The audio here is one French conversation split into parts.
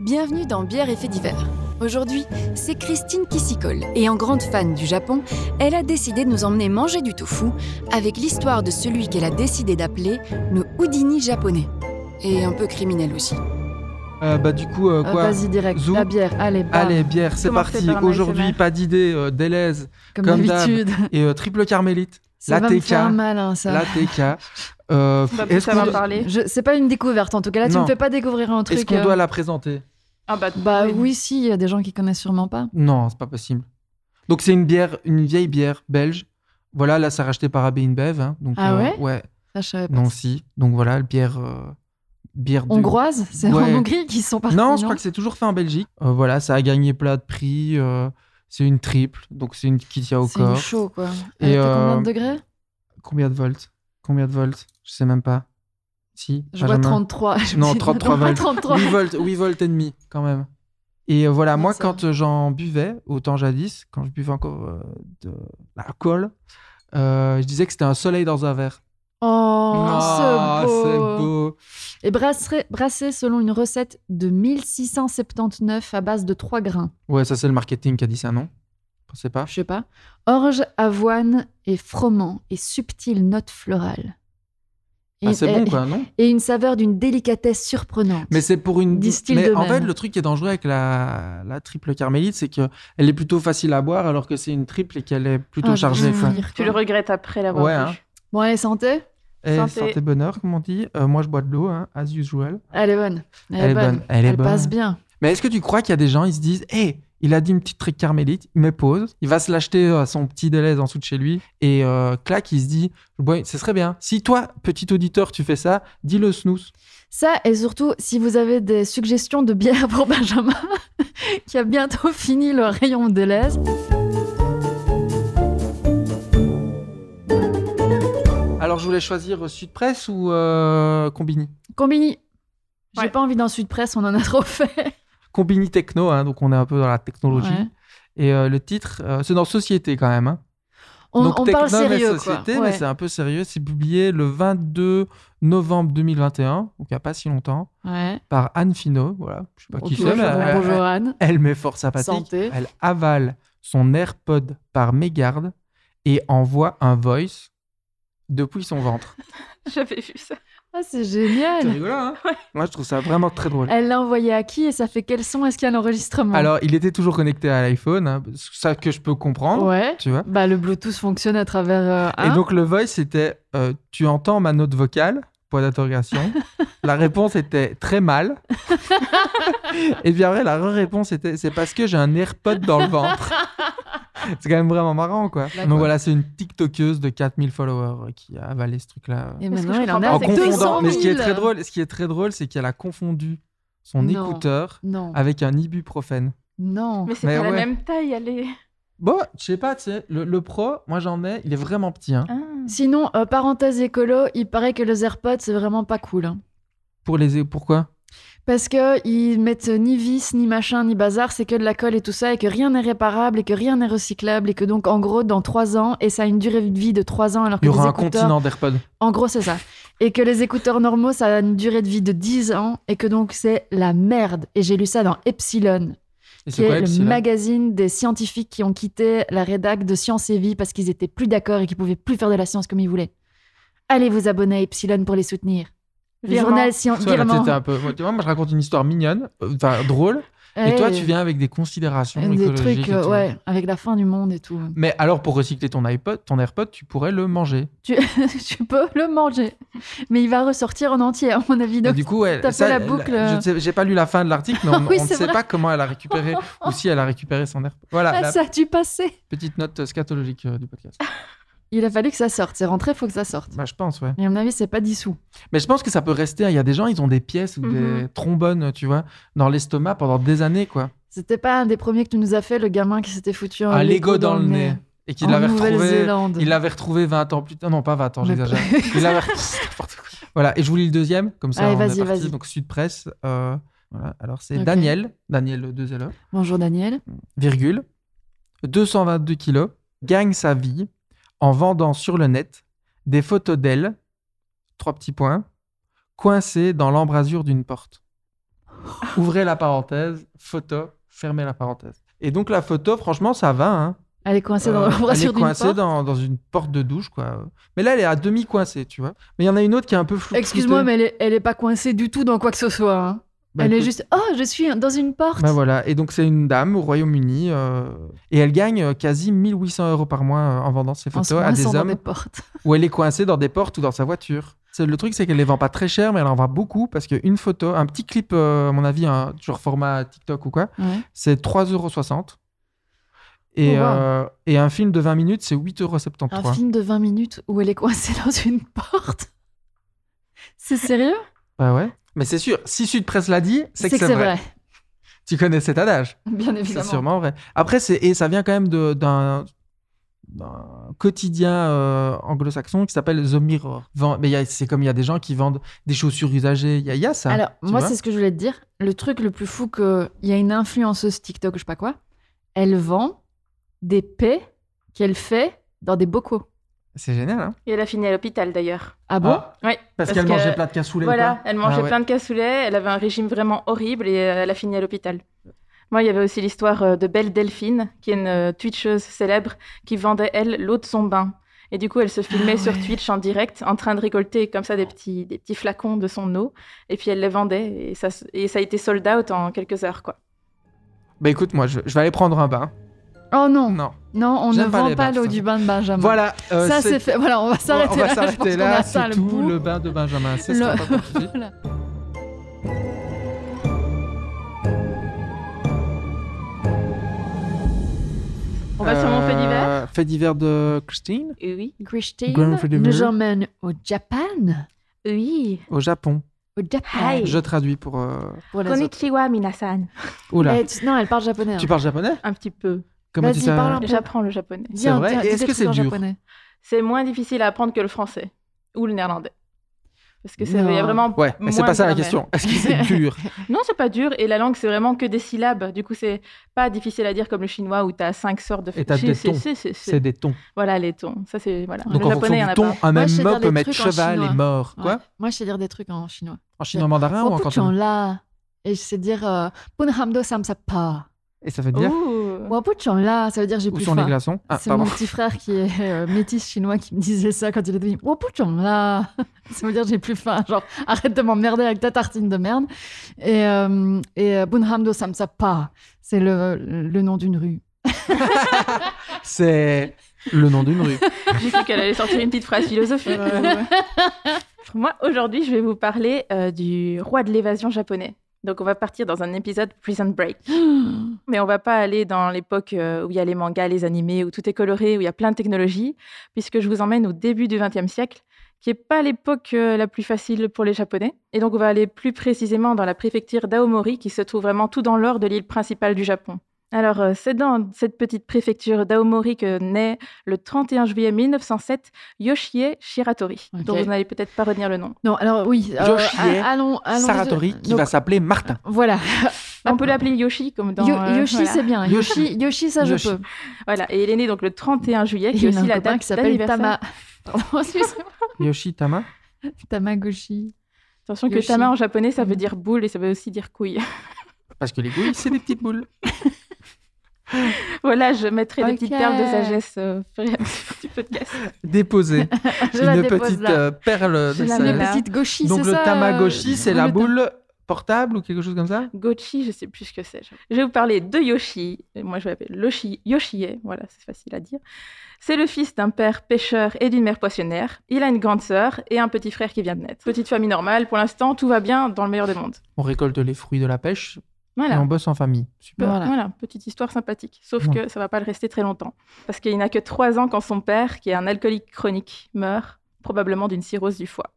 Bienvenue dans Bière et Faits divers. Aujourd'hui, c'est Christine qui s'y colle. Et en grande fan du Japon, elle a décidé de nous emmener manger du tofu avec l'histoire de celui qu'elle a décidé d'appeler le Houdini japonais. Et un peu criminel aussi. Euh, bah du coup, euh, Euh, quoi Vas-y direct, Zou la bière, allez, bam, Allez, bière, c'est Commencez parti. par un Aujourd'hui, ASMR. pas d'idée, euh, Deleuze comme, comme d'habitude. et euh, triple carmélite. Ça la va me TK, faire mal, hein, ça. Bah, La TK. Euh, Ça, est-ce Bah, ça qu'on va do- parler. Je- C'est pas une découverte en tout cas, là tu Non. me fais pas découvrir un truc. est-ce qu'on euh, doit la présenter Ah bah, Bah oui, si, il y a des gens qui connaissent sûrement pas. Non, c'est pas possible. Donc c'est une bière, une vieille bière belge. Voilà, là, c'est racheté par AB InBev. hein, donc, Ah euh, ouais Ouais, Ça, je savais pas. non, si. Donc voilà, le bière, euh, bière de... Hongroise C'est Ouais. en Hongrie qu'ils sont partis. Non, je crois que c'est toujours fait en Belgique. Euh, voilà, ça a gagné plein de prix. euh, c'est une triple, donc c'est une qui tient au c'est corps. chaud quoi. Et, Et combien euh, de degrés Combien de volts Combien de volts Je sais même pas. Si Je vois Benjamin. 33. Je Non, me dis, 33 pas volts. 33. 8 volts, 8 volts et demi quand même. Et euh, voilà, Ouais, moi ça quand euh, j'en buvais, autant jadis, quand je buvais encore euh, de la colle, euh, je disais que c'était un soleil dans un verre. Oh, Ah, c'est beau. beau. Et brasserai- brassé selon une recette de 1679 à base de 3 grains. Ouais, ça c'est le marketing qui a dit ça, non Je sais pas. Je sais pas. Orge, avoine et froment et subtile note florale. Ah, c'est et, bon quoi, non et une saveur d'une délicatesse surprenante. Mais c'est pour une. Distille Mais de en même. fait, le truc qui est dangereux avec la, la triple carmélite, c'est que elle est plutôt facile à boire, alors que c'est une triple et qu'elle est plutôt Ah, je chargée. vais quoi. mourir, Tu quoi. le regrettes après l'avoir Ouais, vu. hein. Bon, allez, santé. Eh, Santé. santé bonheur, comme on dit. Euh, moi, je bois de l'eau, hein, as usual. Elle est bonne. Eh ben, Elle, est bonne. Elle est bonne. passe bien. Mais est-ce que tu crois qu'il y a des gens, ils se disent, hé, il a dit une petite trick carmélite, il me pose, il va se l'acheter euh, à son petit délai en dessous de chez lui, et euh, clac, il se dit, ouais, ce serait bien. Si toi, petit auditeur, tu fais ça, dis-le snooze. Ça, et surtout, si vous avez des suggestions de bière pour Benjamin, qui a bientôt fini le rayon de l'Est. Alors, je voulais choisir euh, Sud Presse ou euh, Combini. Combini. J'ai Ouais. pas envie d'un sud-presse, on en a trop fait. Combini Techno, hein, donc on est un peu dans la technologie. Ouais. Et euh, le titre, euh, c'est dans Société quand même. hein. On, donc on parle Techno, mais sérieux, Société, quoi. mais Ouais. c'est un peu sérieux. C'est publié le 22 novembre 2021, donc il n'y a pas si longtemps, Ouais. par Anne Finot. Voilà, je sais pas qui Ok, c'est, mais elle- Bonjour Anne. Elle met fort sa patique. Santé. Elle avale son AirPod par mégarde et envoie un voice depuis son ventre. J'avais vu ça. Ah, c'est génial. rigolo, hein Ouais. Moi, je trouve ça vraiment très drôle. Elle l'a envoyé à qui et ça fait quel son Est-ce qu'il y a l'enregistrement Alors, il était toujours connecté à l'iPhone, hein, ça que je peux comprendre, ouais. tu vois. Bah, le Bluetooth fonctionne à travers. euh, Et un. donc, le voice, c'était euh, Tu entends ma note vocale Point d'interrogation. la réponse était très mal. et puis après, la réponse était C'est parce que j'ai un AirPod dans le ventre. c'est quand même vraiment marrant, quoi. D'accord. Donc voilà, c'est une TikTokeuse de 4000 followers euh, qui a avalé ce truc-là. Et Parce que maintenant, je il crois en pas, a en c'est 200 confondant. 000. Mais ce qui est très drôle, ce qui est très drôle, c'est qu'elle a confondu son Non. écouteur Non, avec un ibuprofène. non. Mais c'est Mais pas la ouais. même taille, elle est. Bon, je sais pas, tu sais, le, le pro, moi j'en ai, il est vraiment petit. Ah. hein. Sinon, euh, parenthèse écolo, il paraît que les AirPods, c'est vraiment pas cool. hein. Pour les, pourquoi Parce que ils mettent ni vis, ni machin, ni bazar, c'est que de la colle et tout ça, et que rien n'est réparable, et que rien n'est recyclable, et que donc, en gros, dans 3 ans, et ça a une durée de vie de 3 ans, alors que Il y aura les un écouteurs... continent d'AirPod. En gros, c'est ça. Et que les écouteurs normaux, ça a une durée de vie de 10 ans, et que donc, c'est la merde. Et j'ai lu ça dans Epsilon, Et qui est, le Epsilon magazine des scientifiques qui ont quitté la rédac de Science et Vie parce qu'ils étaient plus d'accord et qu'ils pouvaient plus faire de la science comme ils voulaient. Allez vous abonner à Epsilon pour les soutenir. Le Virement. journal Science Toi, là, Virement. t'étais un peu... ouais, tu vois, moi, je raconte une histoire mignonne, euh, enfin drôle, et Ouais, toi, tu viens avec des considérations Des écologiques. trucs, et euh, tout. ouais, avec la fin du monde et tout. Mais alors, pour recycler ton iPod, ton AirPod, tu pourrais le manger. tu peux le manger, mais il va ressortir en entier, à mon avis. Et Donc, du coup, elle, t'as ça, fait la elle- boucle, euh. je ne sais- j'ai pas lu la fin de l'article, mais on, Oui, on ne c'est sait vrai. pas comment elle a récupéré ou si elle a récupéré son AirPod. Voilà, ah, la ça Ah. a dû passer. petite note euh, scatologique euh, du podcast. Il a fallu que ça sorte. C'est rentré, il faut que ça sorte. Bah, je pense, ouais. Mais à mon avis, c'est pas dissous. Mais je pense que ça peut rester. hein. Il y a des gens, ils ont des pièces ou des Mm-hmm. Mhm. trombones, tu vois, dans l'estomac pendant des années, quoi. C'était pas un des premiers que tu nous as fait, le gamin qui s'était foutu un, Un Lego dans le nez. Et qu'il en l'avait retrouvé. Nouvelle-Zélande. Il l'avait retrouvé 20 ans plus tard. Non, pas 20 ans, Mais- j'exagère. Il l'avait retrouvé- n'importe quoi. Voilà, et je vous lis le deuxième, comme ça. Allez, on est vas-y, parti. vas-y. Donc, Sud Presse. euh, voilà. Alors, c'est Ok. Daniel, Daniel 2 LE. Bonjour Daniel. virgule, 222 kilos, gagne sa vie en vendant sur le net des photos d'elle, trois petits points, coincée dans l'embrasure d'une porte. ouvrez la parenthèse, photo, fermez la parenthèse. Et donc la photo, franchement, ça va. Hein. Elle est coincée dans Euh, l'embrasure elle est d'une coincée porte. dans, dans une porte de douche, quoi. Mais là, elle est à demi coincée, tu vois. Mais il y en a une autre qui est un peu floue. Excuse-moi, mais elle est, elle est pas coincée du tout dans quoi que ce soit. hein. elle est juste Oh, je suis dans une porte. Ben Bah, voilà, et donc c'est une dame au Royaume-Uni euh, et elle gagne euh, quasi 1800 euros par mois euh, en vendant ses En se photos à coinçant des dans hommes des portes. où elle est coincée dans des portes ou dans sa voiture. C'est- Le truc, c'est qu'elle les vend pas très cher, mais elle en vend beaucoup parce qu'une photo, un petit clip, euh, à mon avis, un, genre format TikTok ou quoi, Ouais. c'est 3,60 euros. Et, Oh, wow. euh, et un film de 20 minutes, c'est 8,73 Un euros. film de 20 minutes où elle est coincée dans une porte. C'est sérieux Bah ouais. Mais c'est sûr, si Sud Presse l'a dit, c'est que c'est vrai. Tu connais cet adage. Bien C'est évidemment. sûrement vrai. Après, c'est et ça vient quand même de- d'un d'un quotidien euh, anglo-saxon qui s'appelle The Mirror. Vend- mais il y a- c'est comme il y a des gens qui vendent des chaussures usagées. Il y, a- il y a ça. Alors, tu moi, vois. c'est ce que je voulais te dire. Le truc le plus fou que il y a une influenceuse TikTok, je sais pas quoi, elle vend des paix qu'elle fait dans des bocaux. c'est génial. Hein Et elle a fini à l'hôpital d'ailleurs. Ah bon Ah, Oui. parce qu'elle que- mangeait plein de cassoulet. Voilà, elle mangeait Ah ouais. plein de cassoulets, elle avait un régime vraiment horrible et euh, elle a fini à l'hôpital. Moi, il y avait aussi l'histoire euh, de Belle Delphine, qui est une euh, twitcheuse célèbre, qui vendait, elle, l'eau de son bain. Et du coup, elle se filmait Ah sur ouais. Twitch en direct, en train de récolter comme ça des petits, des petits flacons de son eau, et puis elle les vendait, et ça, s- et ça a été sold out en quelques heures, quoi. Bah écoute, moi, je, je vais aller prendre un bain. Oh non, Non. non, on ne Ah. J'aime pas vend les pas bains, l'eau ça. du bain de Benjamin. Voilà. euh, ça c'est fait. Voilà, on va on s'arrêter va là. Je pense s'arrêter qu'on a là. atteint C'est le tout bout. le bain de Benjamin. C'est Le- sympa pour Kiki. Voilà. On va sur mon fait divers Euh, Fait divers de Christine Euh, Oui. Grand Christine Prix de nous Venise. emmène au Japan. Oui. au Japon. Au Japan. Hi. Je traduis pour. euh, Pour les autres. Konnichiwa, minasan. Oula. Eh, tu- Non, elle parle japonais. hein. Tu parles japonais Un petit peu. Comment tu Vas-y, sais- parle un peu. J'apprends le japonais. Dis C'est un- vrai dis Et des est-ce que trucs c'est en dur japonais. c'est moins difficile à apprendre que le français ou le néerlandais. Parce que c'est- Non. il y a vraiment. Ouais, mais c'est moins pas ça la bien, question. Est-ce que c'est dur Non, c'est pas dur. Et la langue, c'est vraiment que des syllabes. Du coup, c'est pas difficile à dire comme le chinois où t'as cinq sortes de. Et t'as Si, des si, tons. si, si, si. C'est des tons. Voilà, les tons. Ça, c'est. Voilà. Donc le en fonction japonais, il y en du a ton, pas. un Moi, même je sais mot faire peut des mettre trucs en cheval et chinois. mort. Quoi Ouais. Oh, Moi, je sais dire des trucs en chinois. En chinois mandarin ou en cantonais la. Et je sais dire euh, Punhamdo Samsapa. Et ça veut Oh, dire Ouh. Wapuchon la, ça veut dire j'ai Où plus sont les faim. glaçons Ah, C'est mon pardon. petit frère qui est euh, métis chinois qui me disait ça quand il était petit. Wapuchon la. Ça veut dire j'ai plus faim. Genre arrête de m'emmerder avec ta tartine de merde. Et, euh, et euh, Punhamdo Samsapa, c'est le, le nom d'une rue. C'est le nom d'une rue. J'ai cru qu'elle allait sortir une petite phrase philosophique. Moi, aujourd'hui, je vais vous parler euh, du roi de l'évasion japonais. Donc, on va partir dans un épisode Prison Break. Mais on va pas aller dans l'époque euh, où il y a les mangas, les animés, où tout est coloré, où il y a plein de technologies, puisque je vous emmène au début du XXe siècle, qui n'est pas l'époque euh, la plus facile pour les Japonais. Et donc on va aller plus précisément dans la préfecture d'Aomori, qui se trouve vraiment tout dans l'or de l'île principale du Japon. Alors euh, c'est dans cette petite préfecture d'Aomori que naît le 31 juillet 1907 Yoshie Shiratori, Ok. dont vous n'allez peut-être pas retenir le nom. Non, alors oui. euh, Yoshie a- allons, allons. Saratori qui Donc, va s'appeler Martin. Voilà. On peut l'appeler Yoshi comme dans Ah. Yo- euh, Yoshi, voilà. c'est bien. Yoshi. Yoshi, Yoshi, ça Yoshi. je peux. Voilà. et il est né donc le 31 juillet, qui Il est y a aussi un la copain date qui s'appelle d'anniversaire. Tama. Pardon, excuse-moi. Yoshitama Tamagoshi. Attention que Yoshi. tama en japonais, ça veut Mm. dire boule et ça veut aussi dire couille. Parce que les couilles, c'est des petites boules. voilà, je mettrai des Ok. petites perles de sagesse euh, au fur et à mesure du podcast. Déposer Je la une dépose petite là. euh, perle Je de la sa- mets Une là. petite Goshi, Donc c'est le ça, euh, Tamagoshi, c'est la le ta- boule portable ou quelque chose comme ça Gochi, je sais plus ce que c'est. je- Je vais vous parler de Yoshi. Et Moi, je l'appelle Yoshi, Yoshie. Voilà, c'est facile à dire. C'est le fils d'un père pêcheur et d'une mère poissonnière. Il a une grande sœur et un petit frère qui vient de naître. Petite famille normale. Pour l'instant, tout va bien dans le meilleur des mondes. On récolte les fruits de la pêche et Voilà. on bosse en famille. Super. Voilà. Voilà. petite histoire sympathique. Sauf Ouais. que ça va pas le rester très longtemps. Parce qu'il n'a que trois ans quand son père, qui est un alcoolique chronique, meurt, probablement d'une cirrhose du foie.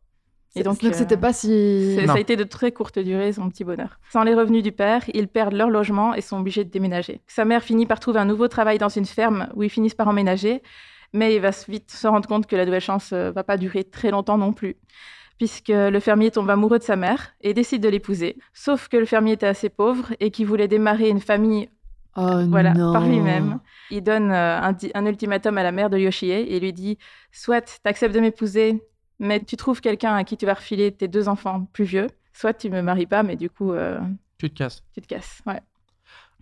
Et donc, euh, c'était pas si. C'est- Non. Ça a été de très courte durée, son petit bonheur. Sans les revenus du père, ils perdent leur logement et sont obligés de déménager. Sa mère finit par trouver un nouveau travail dans une ferme où ils finissent par emménager, mais il va s- vite se rendre compte que la nouvelle chance euh, va pas durer très longtemps non plus, puisque le fermier tombe amoureux de sa mère et décide de l'épouser. Sauf que le fermier était assez pauvre et qu'il voulait démarrer une famille Oh, voilà, non. par lui-même. Il donne euh, un, di- un ultimatum à la mère de Yoshie et lui dit Soit t'acceptes de m'épouser, mais tu trouves quelqu'un à qui tu vas refiler tes deux enfants plus vieux, soit tu me maries pas, mais du coup, euh, Tu te casses. tu te casses. Ouais.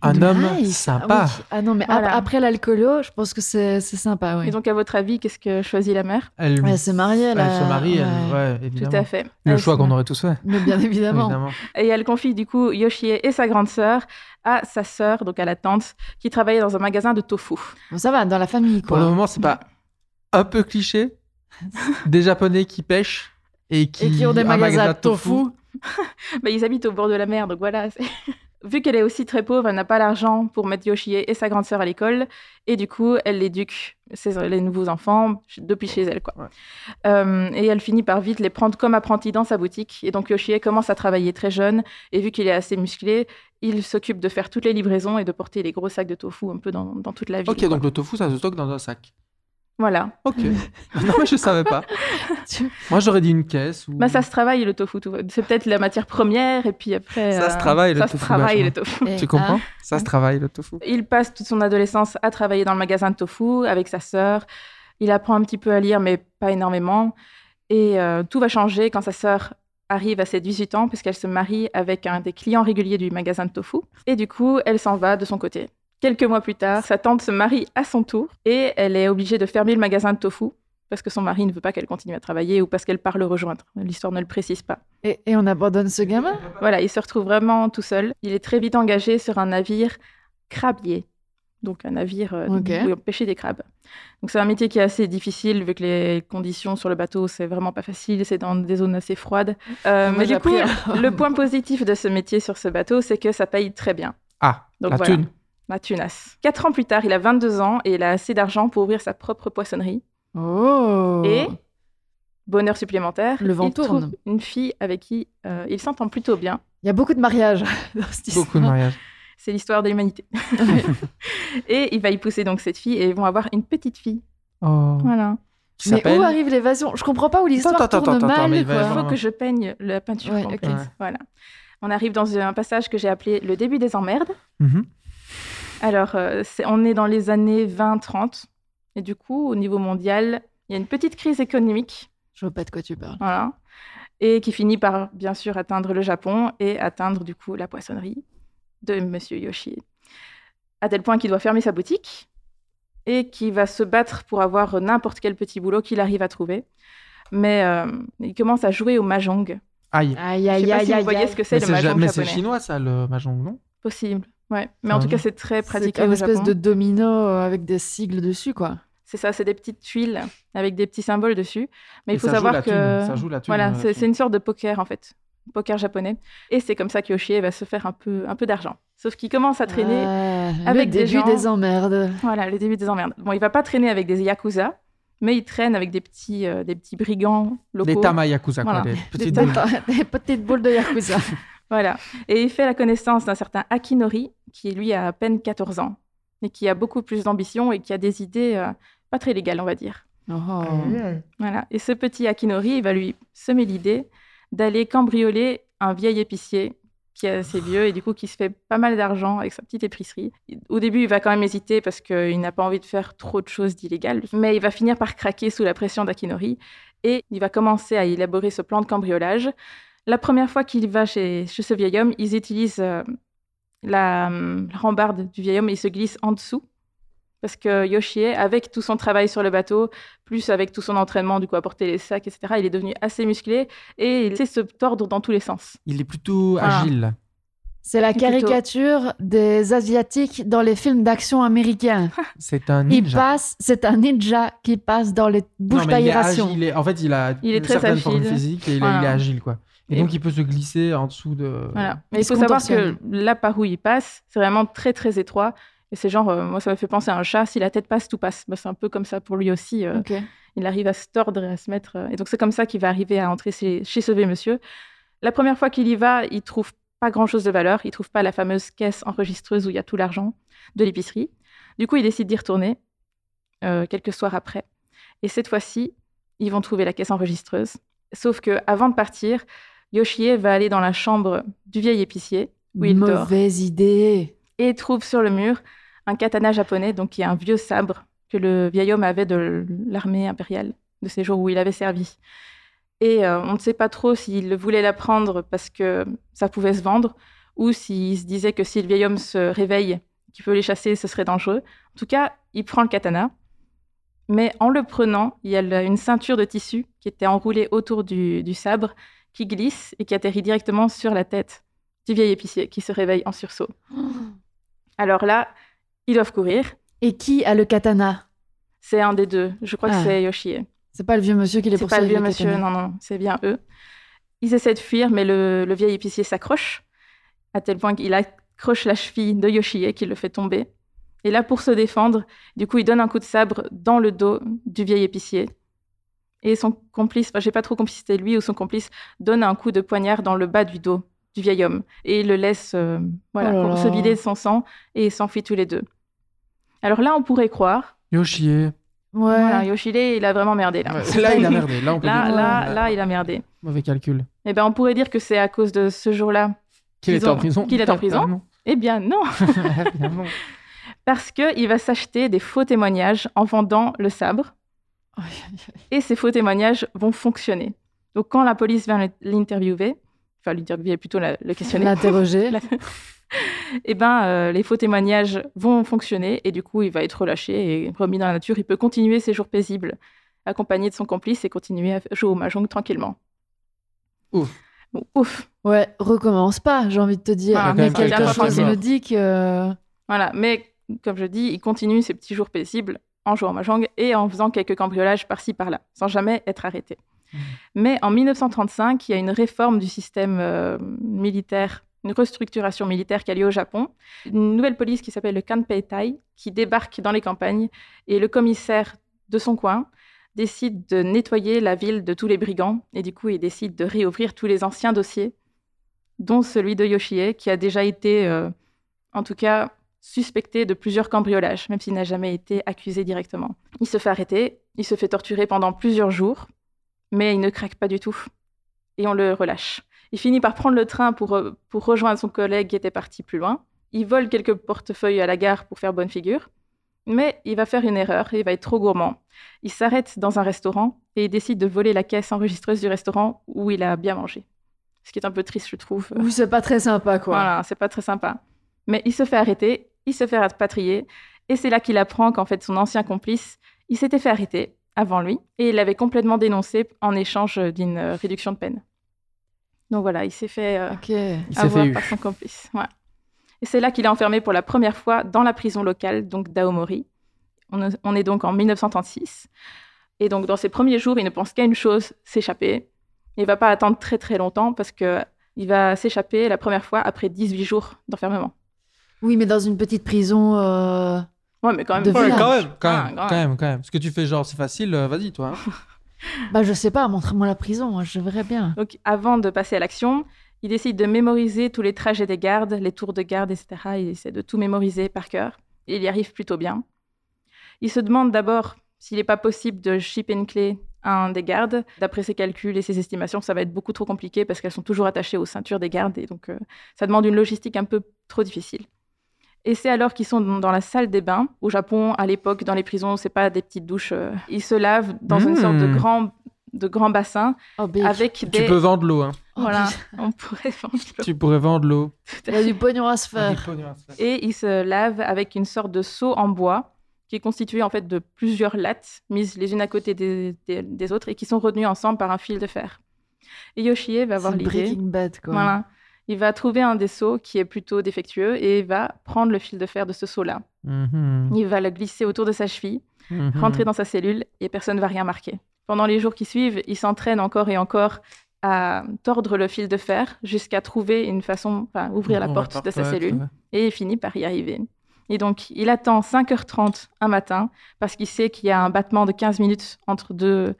Un homme Nice. sympa. Ah, oui. Ah non, mais ap- Voilà. après l'alcoolo, je pense que c'est c'est sympa. Oui. Et donc, à votre avis, qu'est-ce que choisit la mère Elle, Elle s'est mariée, là. elle se marie, elle- Ouais. ouais, Tout évidemment. à fait. Le Ouais, choix c'est qu'on vrai. aurait tous fait. Mais bien évidemment. Évidemment. Et elle confie du coup Yoshie et sa grande sœur à sa sœur, donc à la tante, qui travaillait dans un magasin de tofu. Bon, ça va, dans la famille, Pour quoi. le moment, c'est pas un peu cliché des Japonais qui pêchent et qui, Et qui ont des un magasins magasin de tofu. Mais Bah, ils habitent au bord de la mer, donc voilà. c'est- Vu qu'elle est aussi très pauvre, elle n'a pas l'argent pour mettre Yoshie et sa grande sœur à l'école, et du coup, elle éduque ses, les nouveaux enfants ch- depuis chez elle, quoi. Ouais. Euh, et elle finit par vite les prendre comme apprentis dans sa boutique. Et donc Yoshie commence à travailler très jeune, et vu qu'il est assez musclé, il s'occupe de faire toutes les livraisons et de porter les gros sacs de tofu un peu dans, dans toute la ville. Ok, quoi. donc le tofu, ça se stocke dans un sac. Voilà. Ok. non, mais je savais pas. Tu- Moi, j'aurais dit une caisse. Ou... Bah, ça se travaille le tofu. tout- C'est peut-être la matière première et puis après. euh, Ça se travaille, le ça tofu, se travaille vachement. le tofu. Et- Tu comprends ah, Ça se travaille, le tofu. Il passe toute son adolescence à travailler dans le magasin de tofu avec sa sœur. Il apprend un petit peu à lire, mais pas énormément. Et euh, tout va changer quand sa sœur arrive à ses 18 ans, puisqu'elle se marie avec un des clients réguliers du magasin de tofu. Et du coup, elle s'en va de son côté. Quelques mois plus tard, sa tante se marie à son tour et elle est obligée de fermer le magasin de tofu parce que son mari ne veut pas qu'elle continue à travailler ou parce qu'elle part le rejoindre. L'histoire ne le précise pas. et, et on abandonne ce gamin Voilà, il se retrouve vraiment tout seul. Il est très vite engagé sur un navire crabier, donc un navire euh, Ok. où on pêchait des crabes. Donc c'est un métier qui est assez difficile vu que les conditions sur le bateau c'est vraiment pas facile, c'est dans des zones assez froides. Euh, Moi, mais j'ai du coup, appris le point positif de ce métier sur ce bateau, c'est que ça paye très bien. Ah, Donc la voilà. thune. La tunasse. Quatre ans plus tard, il a 22 ans et il a assez d'argent pour ouvrir sa propre poissonnerie. Oh Et bonheur supplémentaire, Le vent il trouve tourne. une fille avec qui euh, il s'entend plutôt bien. Il y a beaucoup de mariages dans cette Beaucoup de histoire. mariages. C'est l'histoire de l'humanité. et il va y pousser donc cette fille et ils vont avoir une petite fille. Oh. Voilà. Qui Mais s'appelle où arrive l'évasion Je comprends pas où l'histoire Attends, attends, tourne attends, attends, mal. mais il va y quoi. Il avoir- faut que je peigne la peinture Ouais, complète. ok. Ouais. Voilà. On arrive dans un passage que j'ai appelé le début des emmerdes. Mhm. Alors, euh, c'est- on est dans les années 20-30. Et du coup, au niveau mondial, il y a une petite crise économique. Je vois pas de quoi tu parles. Voilà. Et qui finit par, bien sûr, atteindre le Japon et atteindre, du coup, la poissonnerie de Monsieur Yoshi. À tel point qu'il doit fermer sa boutique et qui va se battre pour avoir n'importe quel petit boulot qu'il arrive à trouver. Mais euh, il commence à jouer au mahjong. Aïe. Aïe, Je sais aïe, pas si aïe, vous aïe. voyez ce aïe. que c'est Mais le c'est mahjong ja- mais c'est japonais. chinois, ça, le mahjong, non Possible, ouais. Mais en tout Ah. cas, c'est très C'est pratique une au espèce Japon. de domino euh, avec des sigles dessus, quoi. C'est ça, c'est des petites tuiles avec des petits symboles dessus. Mais Et il faut ça joue la savoir thune, que... Ça joue la thune. Voilà, euh, c'est thune. c'est une sorte de poker en fait, poker japonais. Et c'est comme ça que Yoshie va se faire un peu, un peu d'argent. Sauf qu'il commence à traîner, Ah, avec le des début gens. des emmerdes. voilà, le début des emmerdes. Bon, il va pas traîner avec des yakuza, mais il traîne avec des petits, euh, des petits brigands locaux. Des tamayakusa, Voilà. quoi. Des Des, petites boules. tatas- des petites boules de Yakuza. Voilà. Et il fait la connaissance d'un certain Akinori, qui lui a à peine 14 ans, mais qui a beaucoup plus d'ambition et qui a des idées euh, pas très légales, on va dire. Ah, Oh. Voilà. Et ce petit Akinori, il va lui semer l'idée d'aller cambrioler un vieil épicier qui est assez vieux et du coup qui se fait pas mal d'argent avec sa petite épicerie. Au début, il va quand même hésiter parce qu'il n'a pas envie de faire trop de choses d'illégales, mais il va finir par craquer sous la pression d'Akinori et il va commencer à élaborer ce plan de cambriolage. La première fois qu'il va chez, chez ce vieil homme, ils utilisent euh, la, euh, la rambarde du vieil homme et ils se glissent en dessous parce que Yoshie, avec tout son travail sur le bateau, plus avec tout son entraînement, du coup, à porter les sacs, etc., il est devenu assez musclé et il sait se tordre dans tous les sens. Il est plutôt Voilà. agile. C'est la Plutôt. caricature des Asiatiques dans les films d'action américains. C'est un Il ninja. passe, c'est un ninja qui passe dans les Non, bouches mais il est agile, d'aération. il est- En fait, il a Il est une très certaine agile. forme physique et il, est- Voilà. il est agile, quoi. Et, Et- donc, il peut se glisser en dessous de. Voilà. Mais Il il faut se savoir que contorsionne. là par où il passe, c'est vraiment très très étroit. Et c'est genre, euh, moi ça me fait penser à un chat, si la tête passe, tout passe. Bah, c'est un peu comme ça pour lui aussi. euh, Ok. Il arrive à se tordre et à se mettre. euh, Et donc c'est comme ça qu'il va arriver à entrer chez, chez ce vieux monsieur. La première fois qu'il y va, il trouve pas grand chose de valeur. Il trouve pas la fameuse caisse enregistreuse où il y a tout l'argent de l'épicerie. Du coup, il décide d'y retourner euh, quelques soirs après. Et cette fois-ci, ils vont trouver la caisse enregistreuse. Sauf que avant de partir, Yoshie va aller dans la chambre du vieil épicier où il dort Mauvaise idée. et trouve sur le mur un katana japonais, donc qui est un vieux sabre que le vieil homme avait de l'armée impériale, de ces jours où il avait servi. Et euh, on ne sait pas trop s'il voulait l'apprendre parce que ça pouvait se vendre, ou s'il se disait que si le vieil homme se réveille, qu'il peut les chasser, ce serait dangereux. En tout cas, il prend le katana, mais en le prenant, il y a le- une ceinture de tissu qui était enroulée autour du, du sabre, qui glisse et qui atterrit directement sur la tête du vieil épicier qui se réveille en sursaut. Alors là, ils doivent courir. Et qui a le katana C'est un des deux. Je crois Ah. que c'est Yoshie. C'est pas le vieux monsieur qui les C'est pas poursuit. le vieux avec le monsieur, katana. non, non, c'est bien eux. Ils essaient de fuir, mais le, le vieil épicier s'accroche, à tel point qu'il accroche la cheville de Yoshie qui le fait tomber. Et là, pour se défendre, du coup, il donne un coup de sabre dans le dos du vieil épicier. Et son complice, enfin, j'ai pas trop compris si c'était lui ou son complice, donne un coup de poignard dans le bas du dos du vieil homme et le laisse euh, voilà, Oh là se là. vider de son sang et s'enfuit tous les deux. Alors là, on pourrait croire, Yoshie. Ouais. voilà, Yoshie, il a vraiment merdé là. Là, il a merdé. Là, on peut Ah, Là, dire- oh, là, là, il a merdé. Mauvais calcul. Eh ben, on pourrait dire que c'est à cause de ce jour-là. Qu'il Qu'ils est en ont- prison. qu'il est en Ah, prison. non. Eh bien, non, Bien, non. parce que il va s'acheter des faux témoignages en vendant le sabre, et ces faux témoignages vont fonctionner. Donc, quand la police vient le- l'interviewer, enfin l'interviewer plutôt la- le questionner, L'interroger. eh ben, euh, les faux témoignages vont fonctionner, et du coup, il va être relâché et remis dans la nature. Il peut continuer ses jours paisibles, accompagné de son complice, et continuer à jouer au mahjong tranquillement. Ouf. Bon, Ouf. Ouais, recommence pas, j'ai envie de te dire. mais Ah, quand même, quelque quelqu'un chose qui meurt. me dit euh, euh, que. Voilà, mais comme je dis, il continue ses petits jours paisibles en jouant au mahjong et en faisant quelques cambriolages par-ci par-là, sans jamais être arrêté. Mhm. Mais en 1935, il y a une réforme du système euh, militaire, une restructuration militaire qui a lieu au Japon. Une nouvelle police qui s'appelle le Kanpeitai, qui débarque dans les campagnes et le commissaire de son coin décide de nettoyer la ville de tous les brigands et du coup il décide de réouvrir tous les anciens dossiers, dont celui de Yoshie qui a déjà été, euh, en tout cas, suspecté de plusieurs cambriolages, même s'il n'a jamais été accusé directement. Il se fait arrêter, il se fait torturer pendant plusieurs jours, mais il ne craque pas du tout et on le relâche. Il finit par prendre le train pour, euh, pour rejoindre son collègue qui était parti plus loin. Il vole quelques portefeuilles à la gare pour faire bonne figure, mais il va faire une erreur, il va être trop gourmand. Il s'arrête dans un restaurant et il décide de voler la caisse enregistreuse du restaurant où il a bien mangé. Ce qui est un peu triste, je trouve. Oui, c'est pas très sympa, quoi. Voilà, c'est pas très sympa. Mais il se fait arrêter, il se fait rapatrier, et c'est là qu'il apprend qu'en fait son ancien complice, il s'était fait arrêter avant lui, et il l'avait complètement dénoncé en échange d'une euh, réduction de peine. Donc voilà, il s'est fait euh, Ok. Il s'est avoir fait eu. par son complice. ouais. Et c'est là qu'il est enfermé pour la première fois dans la prison locale, donc d'Aomori. On, est- on est donc en 1936. Et donc, dans ses premiers jours, il ne pense qu'à une chose, s'échapper. Il ne va pas attendre très très longtemps parce que il va s'échapper la première fois après 18 jours d'enfermement. Oui, mais dans une petite prison. euh, Ouais, mais quand même. De Ouais, village. quand même, quand Ah, même, quand quand même, quand même. Ce que tu fais, genre, c'est facile, euh, vas-y, toi. hein. Bah, je sais pas, montre-moi la prison, moi, je verrais bien. Donc, avant de passer à l'action, il décide de mémoriser tous les trajets des gardes, les tours de garde, etc. Il essaie de tout mémoriser par cœur. Et il y arrive plutôt bien. Il se demande d'abord s'il n'est pas possible de ship une clé à un des gardes. D'après ses calculs et ses estimations, ça va être beaucoup trop compliqué parce qu'elles sont toujours attachées aux ceintures des gardes et donc euh, ça demande une logistique un peu trop difficile. Et c'est alors qu'ils sont dans dans la salle des bains. Au Japon, à l'époque, dans les prisons, c'est pas des petites douches. euh, Ils se lavent dans une sorte de Mmh. grand, de grand bassin Oh, big. avec des... Tu peux vendre l'eau, hein. Oh, Voilà, big. on pourrait vendre l'eau. Tu pourrais vendre l'eau. Il y a du pognon à se faire. Et il se lave avec une sorte de seau en bois qui est constitué en fait de plusieurs lattes mises les unes à côté des, des- des autres et qui sont retenues ensemble par un fil de fer. Et Yoshie va avoir C'est l'idée. Breaking Bad, quoi. Voilà. Il va trouver un des seaux qui est plutôt défectueux et il va prendre le fil de fer de ce seau-là. Mhm, Il va le glisser autour de sa cheville, mhm. rentrer dans sa cellule et personne ne va rien marquer. Pendant les jours qui suivent, il s'entraîne encore et encore à tordre le fil de fer jusqu'à trouver une façon, enfin, ouvrir la On porte de sa rapporte, cellule ouais. et il finit par y arriver. Et donc, il attend 5h30 un matin parce qu'il sait qu'il y a un battement de 15 minutes entre deux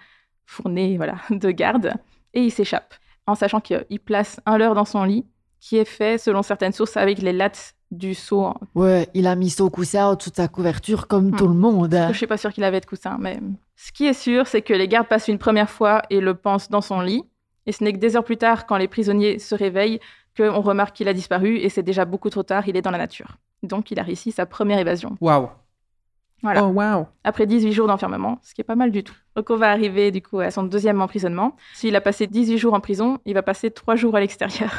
fournées voilà, de garde et il s'échappe en sachant qu'il place un leurre dans son lit qui est fait, selon certaines sources, avec les lattes du seau. en- Ouais, il a mis son coussin sous sa couverture comme Hmm. tout le monde. Je ne suis pas sûre qu'il avait de coussin, mais ce qui est sûr, c'est que les gardes passent une première fois et le pensent dans son lit. Et ce n'est que des heures plus tard, quand les prisonniers se réveillent, qu'on remarque qu'il a disparu et c'est déjà beaucoup trop tard, il est dans la nature. Donc, il a réussi sa première évasion. Waouh. Voilà. Oh, waouh. après 18 jours d'enfermement, ce qui est pas mal du tout. Donc on va arriver du coup à son deuxième emprisonnement. S'il a passé 18 jours en prison, il va passer 3 jours à l'extérieur.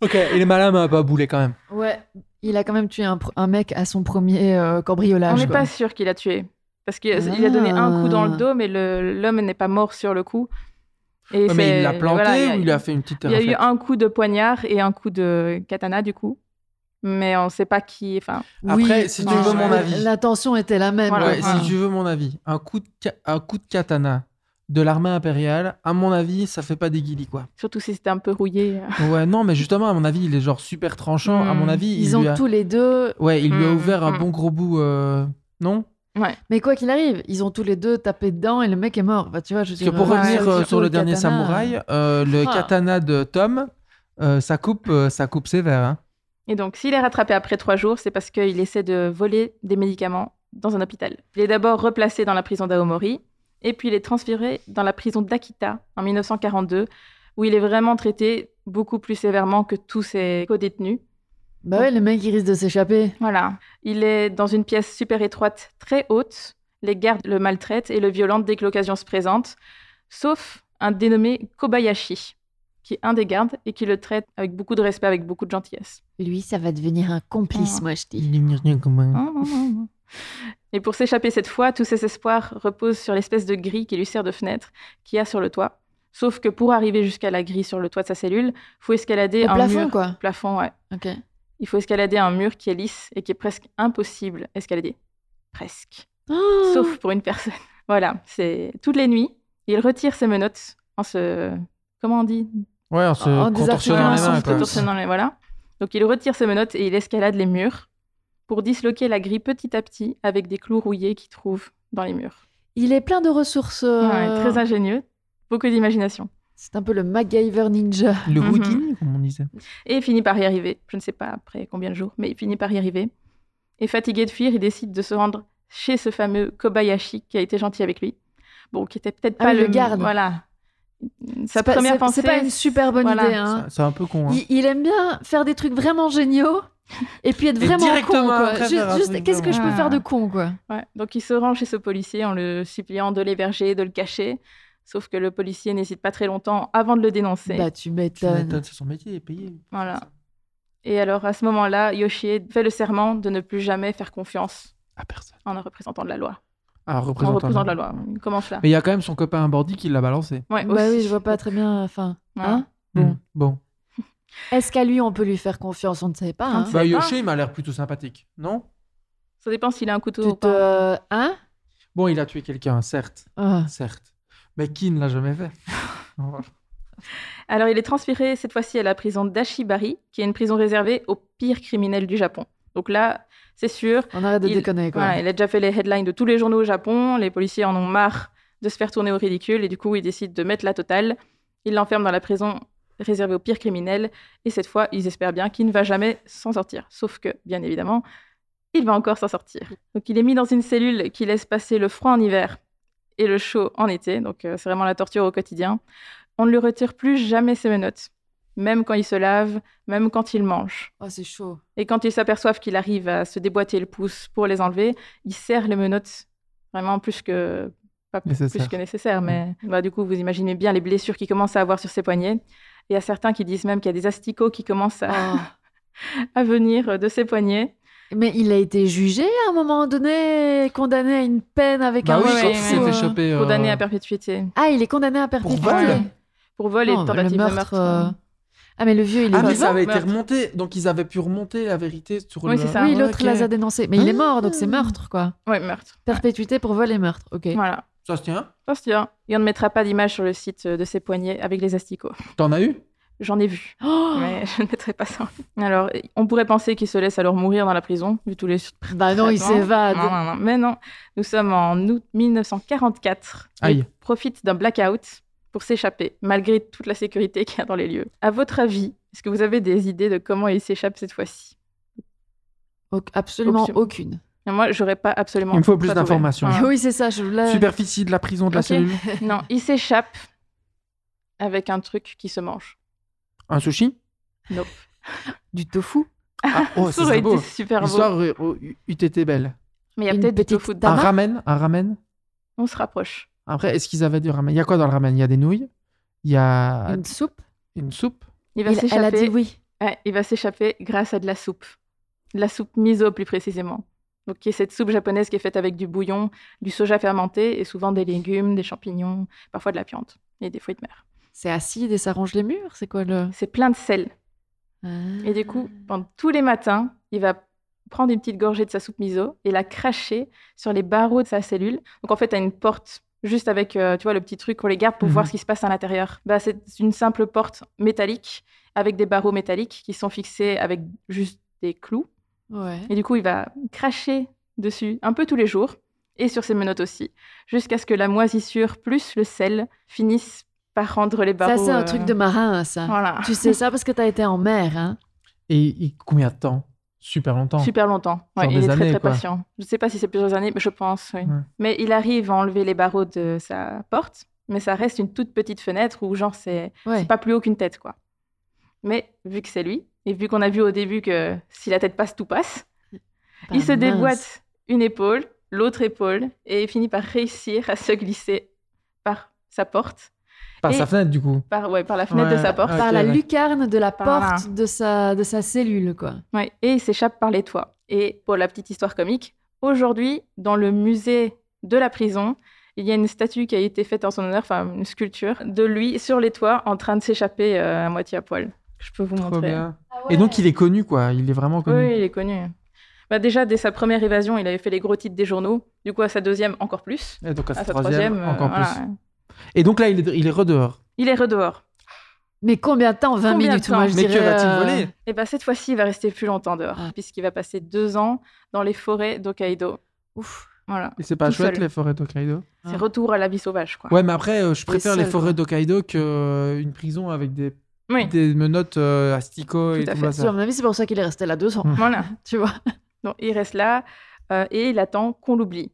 Ok, et le malin m'a pas boulé quand même. Ouais, il a quand même tué un, pr- un mec à son premier euh, cambriolage. On n'est quoi. pas sûr qu'il a tué. Parce qu'il il a donné un coup dans le dos, mais le- l'homme n'est pas mort sur le coup. Et Ouais, mais c'est- il l'a planté voilà, il y a- ou il a fait une petite Il y a eu raflette un coup de poignard et un coup de katana, du coup. Mais on ne sait pas qui. Enfin, Après, si tu veux mon avis. La tension était la même. Voilà. Ouais, Voilà. Si tu veux mon avis, un coup de, ca- un coup de katana de l'armée impériale, à mon avis, ça fait pas des guilis, quoi. surtout si c'était un peu rouillé. Ouais, non, mais justement, à mon avis, il est genre super tranchant. À Mm. mon avis, il Ils lui ont a... tous les deux, Ouais, il lui a Mm, ouvert un mm. bon gros bout, euh, non mais quoi qu'il arrive, ils ont tous les deux tapé dedans et le mec est mort. Enfin, tu vois, je veux Parce que dire, pour euh, revenir surtout euh, sur le dernier katana. samouraï, euh, le Ah. katana de Tom, euh, ça coupe, euh, ça coupe sévère. hein. Et donc, s'il est rattrapé après trois jours, c'est parce qu'il essaie de voler des médicaments dans un hôpital. Il est d'abord replacé dans la prison d'Aomori, et puis il est transféré dans la prison d'Akita en 1942, où il est vraiment traité beaucoup plus sévèrement que tous ses co-détenus. Bah ouais, le mec il risque de s'échapper. Voilà. Il est dans une pièce super étroite, très haute. Les gardes le maltraitent et le violentent dès que l'occasion se présente, sauf un dénommé Kobayashi, qui est un des gardes et qui le traite avec beaucoup de respect, avec beaucoup de gentillesse. Lui, ça va devenir un Ah. complice, moi je dis. Non, non, non, non. Et pour s'échapper cette fois, tous ses espoirs reposent sur l'espèce de grille qui lui sert de fenêtre qu'il y a sur le toit. Sauf que pour arriver jusqu'à la grille sur le toit de sa cellule, faut escalader Le un plafond, mur. quoi. Plafond, ouais. Ok. Il faut escalader un mur qui est lisse et qui est presque impossible à escalader. Presque. Oh, Sauf Hmm. pour une personne. Voilà, c'est toutes les nuits, il retire ses menottes en se comment on dit Ouais, en se En contorsionnant désarticulant les son mains. en quoi. se torsionnant les voilà. Donc il retire ses menottes et il escalade les murs pour disloquer la grille petit à petit avec des clous rouillés qu'il trouve dans les murs. Il est plein de ressources. euh, Ouais, très ingénieux, beaucoup d'imagination. C'est un peu le MacGyver Ninja. Le Mhm. Houdini, comme on disait. Et il finit par y arriver. Je ne sais pas après combien de jours, mais il finit par y arriver. Et fatigué de fuir, il décide de se rendre chez ce fameux Kobayashi qui a été gentil avec lui. Bon, qui était peut-être Ah pas oui, le, le garde. Voilà. C'est Sa pas- première c'est- pensée. C'est pas une super bonne voilà. idée. Hein. C'est- C'est un peu con. hein. Il, il aime bien faire des trucs vraiment géniaux et puis être Et vraiment con. directement Quoi. après Ju- faire un juste, truc qu'est-ce que je peux vraiment- faire de con, quoi Ouais, Donc il se rend chez ce policier en le suppliant de l'héberger, de le cacher. Sauf que le policier n'hésite pas très longtemps avant de le dénoncer. Bah, tu Tu m'étonnes, m'étonnes. C'est son métier, il est payé. Voilà. Et alors à ce moment-là, Yoshie fait le serment de ne plus jamais faire confiance À personne. en un représentant de la loi. Ah, En représentant. représentant de la loi. Comment cela Mais il y a quand même son copain Bordy qui l'a balancé. Ouais, bah aussi. oui, je vois pas très bien. Enfin, Ouais. hein Bon. Mm. Bon. Est-ce qu'à lui, on peut lui faire confiance On ne sait pas. On ne Hein. sait Bah, pas. Yoshi, il m'a l'air plutôt sympathique, non Ça dépend s'il a un couteau Tu ou te- pas. hein Bon, il a tué quelqu'un, certes. Ah. Certes. Mais qui ne l'a jamais fait Alors il est transféré cette fois-ci à la prison d'Ashibari, qui est une prison réservée aux pires criminels du Japon. Donc là, c'est sûr, On arrête de Il- déconner, quoi. Voilà, il a déjà fait les headlines de tous les journaux au Japon. Les policiers en ont marre de se faire tourner au ridicule et du coup, ils décident de mettre la totale. Ils l'enferment dans la prison réservée aux pires criminels et cette fois, ils espèrent bien qu'il ne va jamais s'en sortir. Sauf que, bien évidemment, il va encore s'en sortir. Donc, il est mis dans une cellule qui laisse passer le froid en hiver et le chaud en été. Donc, euh, c'est vraiment la torture au quotidien. On ne lui retire plus jamais ses menottes, même quand il se lave, même quand il mange. Oh, c'est chaud. Et quand ils s'aperçoivent qu'il arrive à se déboîter le pouce pour les enlever, il serre les menottes vraiment plus que pas plus Nécessaire. Mm. que nécessaire. Mais bah, du coup, vous imaginez bien les blessures qu'il commence à avoir sur ses poignets. Il y a certains qui disent même qu'il y a des asticots qui commencent à, Oh. à venir euh, de ses poignets. Mais il a été jugé à un moment donné, condamné à une peine avec Bah un oui, ouais, quand ouais, il ouais. s'est fait couteau. choper. euh, Condamnés à perpétuité Ah, il est condamné à perpétuité. vol pour vol et Non, tentative le de meurtre. hein. meurtre. euh, Ah, mais le vieux, il est Ah, mais vivant. ça avait été Meurtre. remonté. Donc, ils avaient pu remonter la vérité sur Oui, le. c'est ça. Oui, Ouais, l'autre ok. Ah. les a dénoncés. Mais il est mort, donc c'est meurtre, quoi. Ouais, meurtre. Perpétuité pour vol et meurtre, ok. Voilà. Ça se tient. Parce que, hein, Et on ne mettra pas d'image sur le site euh, de ses poignets avec les asticots. T'en as eu J'en ai vu. Oh Mais je ne mettrai pas ça. Alors, on pourrait penser qu'il se laisse alors mourir dans la prison, vu tous les bah non, il Traitement. s'évade. Non, non, non, Ah, mais non. Nous sommes en août 1944. Il Aïe. profite d'un blackout pour s'échapper, malgré toute la sécurité qu'il y a dans les lieux. À votre avis, est-ce que vous avez des idées de comment il s'échappe cette fois-ci Au- Absolument Option. aucune. Ah Et Moi, j'aurais pas absolument. Il me faut plus pas trouvé. d'informations. Voilà. Oui, c'est ça, je voulais... Superficie de la prison, de la Euh. Ok. cellule. Non, il s'échappe avec un truc qui se mange. Un sushi Nope. Du tofu. Ah, oh, ça c'est aurait beau. euh, été super beau. L'histoire aurait- aurait- eût été belle. Mais il y a Une peut-être du petite tofu dedans. Un Tama ramen Un ramen On se rapproche. Après, est-ce qu'ils avaient du ramen Il y a quoi dans le ramen Il y a des nouilles Il y a Une soupe. une soupe Il va Il- elle a dit s'échapper oui. Ouais, il va s'échapper grâce à de la soupe. De la soupe miso, plus précisément. Donc, qui est cette soupe japonaise qui est faite avec du bouillon, du soja fermenté et souvent des légumes, des champignons, parfois de la viande et des fruits de mer. C'est acide et ça range les murs C'est quoi le. C'est plein de sel. Ah. Et du coup, pendant- tous les matins, il va prendre une petite gorgée de sa soupe miso et la cracher sur les barreaux de sa cellule. Donc en fait, tu as une porte juste avec, euh, tu vois, le petit truc qu'on les garde pour Mhm. voir ce qui se passe à l'intérieur. Bah, c'est une simple porte métallique avec des barreaux métalliques qui sont fixés avec juste des clous. Ouais. Et du coup, il va cracher dessus un peu tous les jours et sur ses menottes aussi, jusqu'à ce que la moisissure plus le sel finissent par rendre les barreaux. Ça, c'est un euh, truc de marin, ça. Voilà, Tu sais ça parce que t'as été en mer, hein Et, et combien de temps Super longtemps. super longtemps. Ouais, Genre il des est années, très très quoi. patient. Je ne sais pas si c'est plusieurs années, mais je pense. oui. Ouais. Mais il arrive à enlever les barreaux de sa porte, mais ça reste une toute petite fenêtre où genre c'est Ouais. c'est pas plus haut qu'une tête quoi. Mais vu que c'est lui et vu qu'on a vu au début que si la tête passe tout passe, il se Pas mince. déboîte une épaule, l'autre épaule, et finit par réussir à se glisser par sa porte, Par Et- sa fenêtre, du coup. par, ouais, par la fenêtre de Ouais, sa porte, ouais. Par Ok, la lucarne de la Voilà. porte de, sa, de sa cellule, quoi. Ouais, et il s'échappe par les toits. Et pour la petite histoire comique, aujourd'hui, dans le musée de la prison, il y a une statue qui a été faite en son honneur, enfin une sculpture, de lui sur les toits en train de s'échapper euh, à moitié à poil. Je peux vous Trop montrer. bien. Ah Et donc, il est connu, quoi. Il est vraiment connu. Oui, il est connu. Bah, déjà, dès sa première évasion, il avait fait les gros titres des journaux. Du coup, à sa deuxième, encore plus. Et donc, à À sa sa troisième, troisième, euh, encore voilà, plus. ouais. Et donc, là, il est, il est redehors. Il est redehors. Mais combien de temps 20 Combien de minutes, moi, temps je Mais que dirais, va-t-il euh, voler Et bah, cette fois-ci, il va rester plus longtemps dehors, Ah. puisqu'il va passer deux ans dans les forêts d'Hokkaido. Ouf. Voilà. Et c'est pas tout chouette, seul. les forêts d'Hokkaido C'est Ah. retour à la vie sauvage, quoi. Ouais, mais après, euh, je préfère les seul, forêts quoi. d'Hokkaido qu'une prison avec des, Oui. des menottes euh, asticots Tout et à tout fait. là, À ça. Hmm. mon avis, c'est pour ça qu'il est resté là 200, Voilà. tu vois. Donc, il reste là euh, et il attend qu'on l'oublie.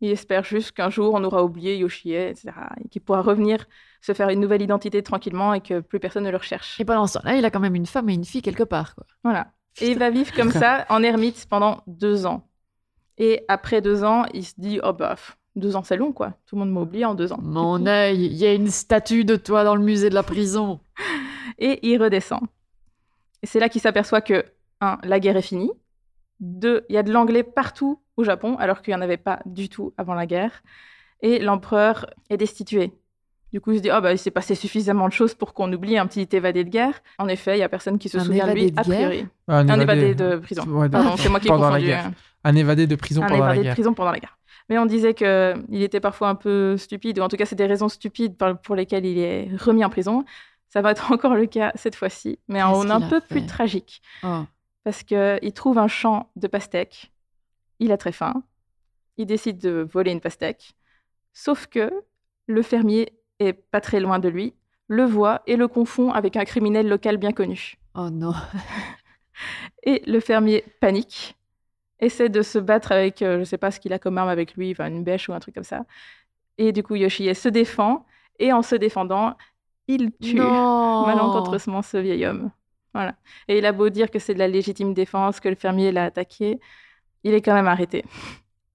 Il espère juste qu'un jour, on aura oublié Yoshie, etc. Et qu'il pourra revenir se faire une nouvelle identité tranquillement et que plus personne ne le recherche. Et pendant ce temps-là, il a quand même une femme et une fille quelque part, quoi. Voilà. Et il va vivre comme ça, en ermite, pendant deux ans. Et après deux ans, il se dit Oh, bah, pff, deux ans, c'est long, quoi. Tout le monde m'a oublié en deux ans. Mon œil, il y a une statue de toi dans le musée de la prison. et il redescend. Et c'est là qu'il s'aperçoit que, un, la guerre est finie. Deux, il y a de l'anglais partout au Japon, alors qu'il n'y en avait pas du tout avant la guerre. Et l'empereur est destitué. Du coup, il se dit, Ah bah, il s'est passé suffisamment de choses pour qu'on oublie un petit évadé de guerre. En effet, il n'y a personne qui se Un souvient de lui, évadé de a priori. Ah, Un évadé de prison. Ouais, de- Pardon, c'est moi qui ai Pendant la confondu. guerre. hein. Un évadé de prison Un pendant la évadé de guerre. prison pendant la guerre. Mais on disait qu'il était parfois un peu stupide, ou en tout cas, c'est des raisons stupides par- pour lesquelles il est remis en prison. Ça va être encore le cas cette fois-ci, mais Qu'est-ce en un qu'il a peu fait plus tragique. Oh. Parce qu'il trouve un champ de pastèques. Il a très faim. Il décide de voler une pastèque. Sauf que le fermier est pas très loin de lui, le voit et le confond avec un criminel local bien connu. Oh non. Et le fermier panique, essaie de se battre avec, euh, je sais pas ce qu'il a comme arme avec lui, enfin, une bêche ou un truc comme ça. Et du coup, Yoshie se défend, et en se défendant, il tue non. malencontreusement ce vieil homme. Voilà. Et il a beau dire que c'est de la légitime défense, que le fermier l'a attaqué, il est quand même arrêté.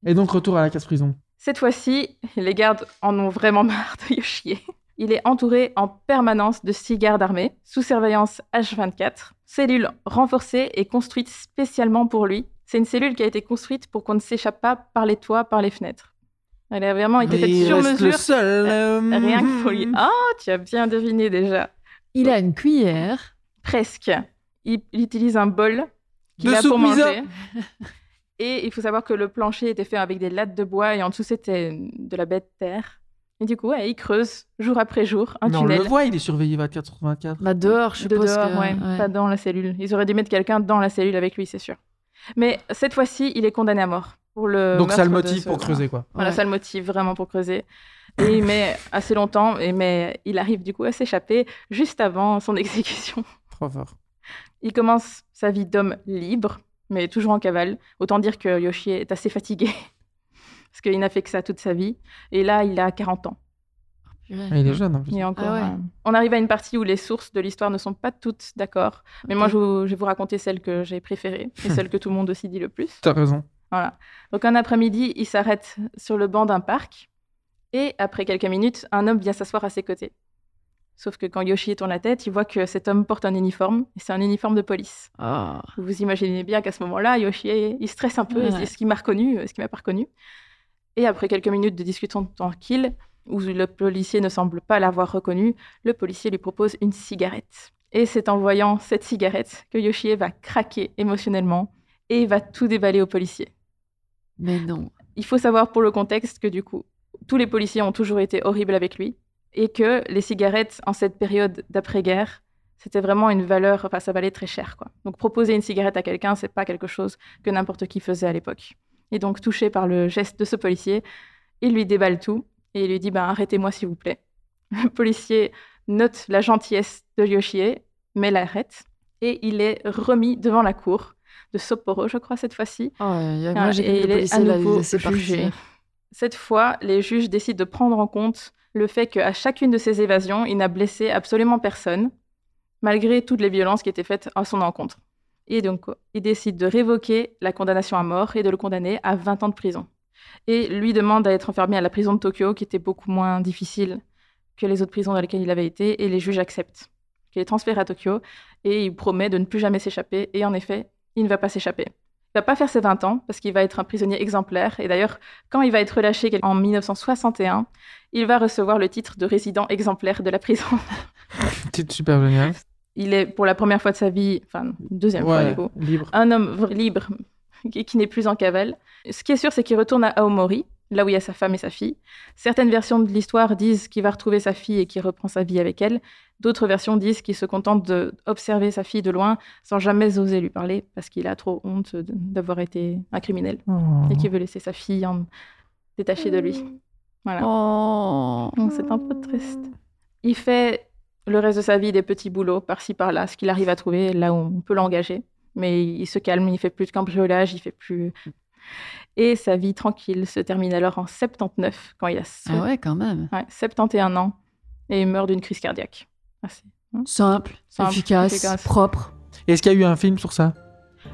Et donc, retour à la casse-prison. Cette fois-ci, les gardes en ont vraiment marre de Yoshie. Il est entouré en permanence de six gardes armés, sous surveillance H24, cellule renforcée et construite spécialement pour lui. C'est une cellule qui a été construite pour qu'on ne s'échappe pas par les toits, par les fenêtres. Elle a vraiment été Mais faite il sur reste le mesure, seul. euh, rien que pour lui. hmm. Ah, tu as bien deviné déjà. Il a une cuillère. Presque. Il, il utilise un bol qu'il De a pour soupe miso. manger. Et il faut savoir que le plancher était fait avec des lattes de bois et en dessous c'était de la bête terre. Et du coup, ouais, il creuse jour après jour un Mais on tunnel. le voit, il est surveillé 24 sur 24. Bah dehors, je de suppose dehors, que- ouais, ouais. pas dans la cellule. Ils auraient dû mettre quelqu'un dans la cellule avec lui, c'est sûr. Mais cette fois-ci, il est condamné à mort pour Euh, le. donc, ça le meurtre de motive ce- pour creuser, quoi. Voilà, Ouais. ça le motive vraiment pour creuser. Et il met assez longtemps, et mais il arrive du coup à s'échapper juste avant son exécution. Trop fort. Il commence sa vie d'homme libre, mais toujours en cavale. Autant dire que Yoshie est assez fatigué, parce qu'il n'a fait que ça toute sa vie. Et là, il a 40 ans. Purée. Ah, il est jeune, en plus. Il est encore, Ah ouais. euh, On arrive à une partie où les sources de l'histoire ne sont pas toutes d'accord. Mais moi, Ok. je, vous- je vais vous raconter celle que j'ai préférée, et celle que tout le monde aussi dit le plus. T'as raison. Voilà. Donc un après-midi, il s'arrête sur le banc d'un parc et après quelques minutes, un homme vient s'asseoir à ses côtés. Sauf que quand Yoshi tourne la tête, il voit que cet homme porte un uniforme, et c'est un uniforme de police. Ah. Vous imaginez bien qu'à ce moment-là, Yoshi, il stresse un peu, il se dit Ouais. est-ce qu'il m'a reconnu, est-ce qu'il m'a pas reconnu Et après quelques minutes de discussion tranquille, où le policier ne semble pas l'avoir reconnu, le policier lui propose une cigarette. Et c'est en voyant cette cigarette que Yoshie va craquer émotionnellement et va tout déballer au policier. Mais non. Il faut savoir pour le contexte que du coup, tous les policiers ont toujours été horribles avec lui et que les cigarettes en cette période d'après-guerre, c'était vraiment une valeur, enfin ça valait très cher quoi. Donc proposer une cigarette à quelqu'un, c'est pas quelque chose que n'importe qui faisait à l'époque. Et donc touché par le geste de ce policier, il lui déballe tout et il lui dit ben arrêtez-moi s'il vous plaît. Le policier note la gentillesse de Yoshie mais l'arrête et il est remis devant la cour de Sapporo, je crois cette fois-ci, Oh, y a- ah, moi, j'ai et vu il le est à policier là, nouveau il laissait jugé. partir. Cette fois, les juges décident de prendre en compte le fait qu'à chacune de ses évasions, il n'a blessé absolument personne, malgré toutes les violences qui étaient faites à son encontre. Et donc, ils décident de révoquer la condamnation à mort et de le condamner à 20 ans de prison. Et lui demande à être enfermé à la prison de Tokyo, qui était beaucoup moins difficile que les autres prisons dans lesquelles il avait été, et les juges acceptent. Il est transféré à Tokyo et il promet de ne plus jamais s'échapper, et en effet, il ne va pas s'échapper. Il va pas faire ses 20 ans parce qu'il va être un prisonnier exemplaire, et d'ailleurs, quand il va être relâché quel- en 1961, il va recevoir le titre de résident exemplaire de la prison. C'est super génial. Il est pour la première fois de sa vie, enfin deuxième fois du coup, libre. un homme v- libre qui qui n'est plus en cavale. Ce qui est sûr, c'est qu'il retourne à Aomori, là où il y a sa femme et sa fille. Certaines versions de l'histoire disent qu'il va retrouver sa fille et qu'il reprend sa vie avec elle. D'autres versions disent qu'il se contente d'observer sa fille de loin sans jamais oser lui parler parce qu'il a trop honte de- d'avoir été un criminel Oh. Oh. et Mhm. qu'il veut laisser sa fille en... détachée de lui. Voilà. Oh. Donc, c'est un peu triste. Il fait le reste de sa vie des petits boulots par-ci par-là, ce qu'il arrive à trouver là où on peut l'engager. Mais il se calme, il fait plus de cambriolage, il fait plus. Et sa vie tranquille se termine alors en 79, quand il a so- Ah ouais, quand même. ouais, 71 ans et il meurt d'une crise cardiaque. Ah, c'est- Simple, Simple, efficace, efficace. propre. Est-ce qu'il y a eu un film sur ça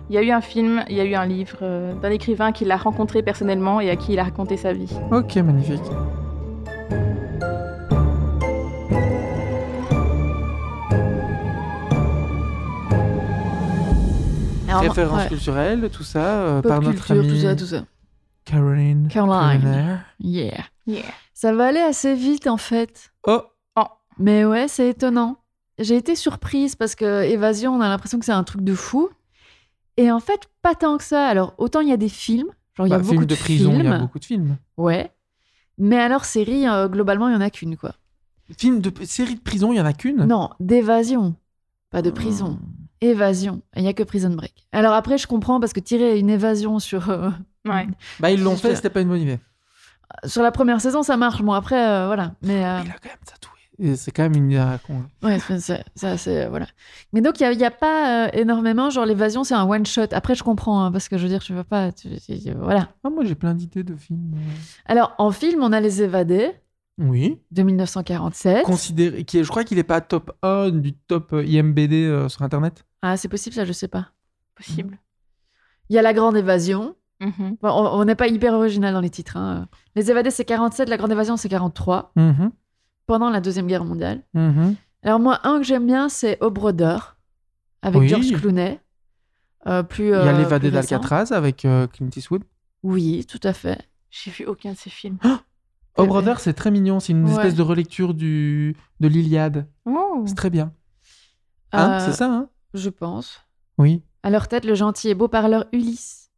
Il y a eu un film, il y a eu un livre euh, d'un écrivain qui l'a rencontré personnellement et à qui il a raconté sa vie. Ok, magnifique. Alors, Référence Ah, ouais, culturelle, tout ça, euh, pop par notre culture, amie tout ça, tout ça. Caroline. Caroline. Culiner. Yeah. Yeah. Ça va aller assez vite, en fait. Oh, Mais ouais, c'est étonnant. J'ai été surprise parce que Évasion, on a l'impression que c'est un truc de fou. Et en fait, pas tant que ça. Alors, autant il y a des films, genre il y a bah, beaucoup film de, de prison, il y films. a beaucoup de films. Ouais. Mais alors, série, euh, globalement, il y en a qu'une, quoi. Film de série de prison, il y en a qu'une Non, d'évasion. Pas de prison. Évasion. Il n'y a que Prison Break. Alors après, je comprends parce que tirer une évasion sur, euh, Ouais. Bah, ils l'ont Super. fait, c'était pas une bonne idée. sur la première saison, ça marche. Bon, après, euh, voilà. Mais euh, Mais Il a quand même tatoué. Et C'est quand même une idée à la con. hein. ouais, c'est- c'est- ça, c'est. euh, voilà. Mais donc, il n'y a, il y a pas euh, énormément. Genre, l'évasion, c'est un one-shot. Après, je comprends hein, parce que je veux dire, tu veux pas. tu- tu- tu- voilà. Ah, moi, j'ai plein d'idées de films. euh. Alors, en film, on a Les Évadés Oui. de 1947. Considéré, qui est- je crois qu'il est pas top 1 du top euh, IMBD euh, sur Internet. ah, c'est possible, ça, je sais pas. Possible. Il y a La Grande Évasion. Mhm. Bon, on on n'est pas hyper original dans les titres. hein. Les Évadés, c'est 47. La Grande Évasion, c'est 43. Mhm, Pendant la Deuxième Guerre mondiale. mhm. Alors moi, un que j'aime bien, c'est Au Brodeur, avec Oui. George Clooney. Euh, plus, Il y a euh, l'évadé plus récent. d'Alcatraz avec euh, Clint Eastwood. Oui, tout à fait. J'ai vu aucun de ces films. Oh Ouais. Brother, c'est très mignon. C'est une Ouais. espèce de relecture du... de l'Iliade. Oh. C'est très bien. Hein, Mm. Euh, c'est ça, hein Je pense. Oui. À leur tête, le gentil et beau parleur Ulysse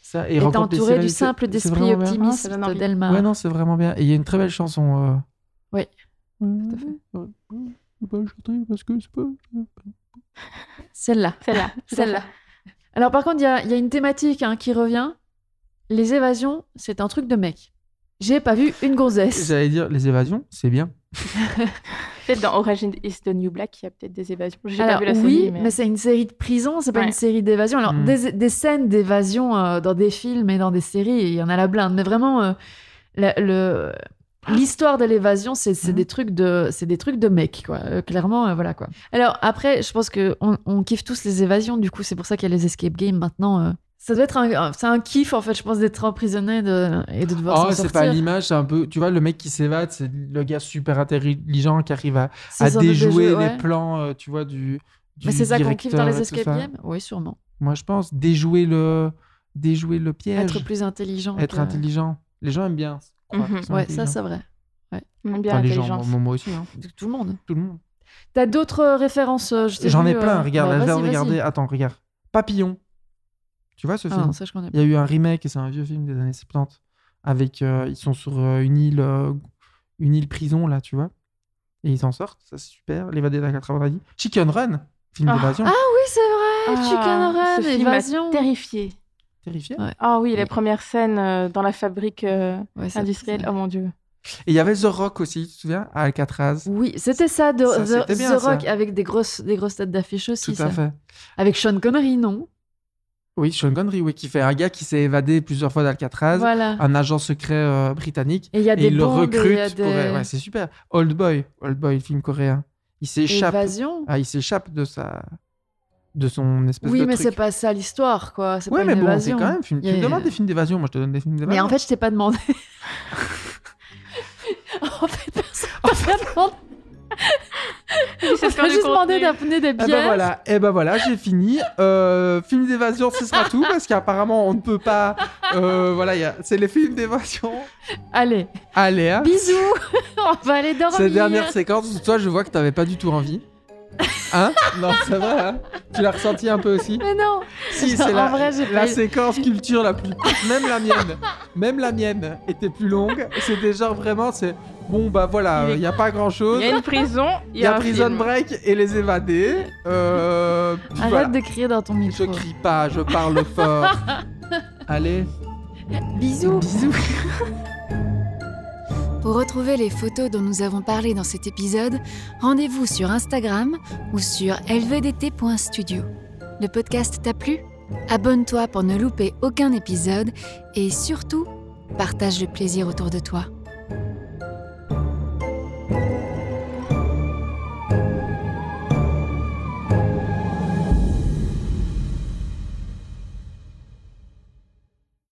Ça, est rencontre les entouré du célèbres, simple c'est- c'est d'esprit vraiment bien. Ah, optimiste ça donne envie. d'Elmar. Ouais, non, c'est vraiment bien. Et il y a une très belle chanson. euh. Oui, Mmh, à fait. euh, euh, bah, je voudrais parce que c'est pas- Celle-là. Celle-là. Celle-là. Alors par contre, il y a, il y a une thématique hein, qui revient. Les évasions, c'est un truc de mec. J'ai pas vu une gonzesse. J'allais dire, les évasions, c'est bien. Peut-être dans Origin is the New Black, il y a peut-être des évasions. J'ai pas Alors, vu la oui, série, mais, mais... c'est une série de prison, c'est pas Ouais. une série d'évasion. Alors, Mm. des, des scènes d'évasion euh, dans des films et dans des séries, il y en a la blinde. Mais vraiment, euh, la- le- l'histoire de l'évasion, c'est c'est Mm. des trucs de, c'est des trucs de mecs, quoi. Euh, clairement, euh, voilà quoi. Alors après, je pense que on, on kiffe tous les évasions. Du coup, c'est pour ça qu'il y a les escape games maintenant. euh. Ça doit être un, c'est un kiff en fait, je pense, d'être emprisonné de, et de devoir Oh, s'en c'est sortir. pas l'image, c'est un peu. Tu vois, le mec qui s'évade, c'est le gars super intelligent qui arrive à, C'est à sans doute des déjouer jeux, les ouais. plans, euh, tu vois, du. du Mais c'est ça qu'on kiffe directeur dans les et tout escape ça. games Oui, sûrement. Moi, je pense déjouer le, déjouer le piège, Être plus intelligent. Être que- intelligent. Les gens aiment bien. croire Mhm. qu'ils sont Ouais, ça intelligents. c'est vrai. On aime bien Enfin, les gens, l'intelligence. moi, moi aussi, hein. De Tout le monde. tout le monde. T'as d'autres euh, références euh, je t'ai J'en vu, ai euh, plein, regarde, bah, là, je viens de vas-y, vas-y. regarder. Attends, regarde. Papillon. Tu vois ce Ah film non, ça je connais pas. Il y a eu un remake et c'est un vieux film des années 70 avec euh, ils sont sur euh, une île euh, une île prison là, tu vois. Et ils s'en sortent, ça c'est super. L'évadé de la 90. Chicken Run, film Ah. d'évasion, Oui, c'est vrai, Ah, Chicken Run, ce film m'a Évasion. Terrifié. terrifié. Ah oui, Oui. les premières scènes euh, dans la fabrique euh, Ouais, ça- industrielle. ça- Oh mon dieu. Et il y avait The Rock aussi, tu te souviens À Alcatraz. Oui, c'était ça, de, Ça, The- c'était The, bien, ça. Rock, avec des grosses, des grosses têtes d'affiche aussi. Tout ça. à fait. Avec Sean Connery, non Oui, Sean Connery, oui, qui fait un gars qui s'est évadé plusieurs fois d'Alcatraz, Voilà. un agent secret euh, britannique. Et il y a Ah, Et des il le bandes, et il y a recrute des pour. euh, Ouais, c'est super. Old Boy, Old Boy, film coréen. Il s'échappe évasions. Ah, il s'échappe de sa de son espèce Oui, de mais truc. c'est pas ça l'histoire, quoi. C'est Ouais, pas mais une bon, c'est évasion. quand même film. Tu Il y me a- demandes des films d'évasion, moi je te donne des films d'évasion. Mais en fait, je t'ai pas demandé. en fait, personne t'a pas demandé. Juste On m'a juste demandé d'amener des eh ben bières. voilà, eh ben voilà, j'ai fini. Euh, film d'évasion, ce sera tout parce qu'apparemment on ne peut pas. euh, voilà, il y a- c'est les films d'évasion. Allez, Allez, hein. bisous. On va aller dormir. cette dernière séquence, toi je vois que t'avais pas du tout envie. Hein Non, ça va. Hein tu l'as ressenti un peu aussi. Mais non. Si, En c'est la, vrai, j'ai la pas eu- séquence culture la plus courte, même la mienne, même la mienne était plus longue. C'était genre vraiment, c'est bon bah voilà, Il est- il n'y a pas grand Il chose. y a une prison. Il Il y a un Prison film. Break et les évadés. Euh, puis Arrête voilà. de crier dans ton Je micro. crie pas, je parle fort. Allez, Bisous. bisous. Pour retrouver les photos dont nous avons parlé dans cet épisode, rendez-vous sur Instagram ou sur lvdt.studio. Le podcast t'a plu Abonne-toi pour ne louper aucun épisode et surtout, partage le plaisir autour de toi.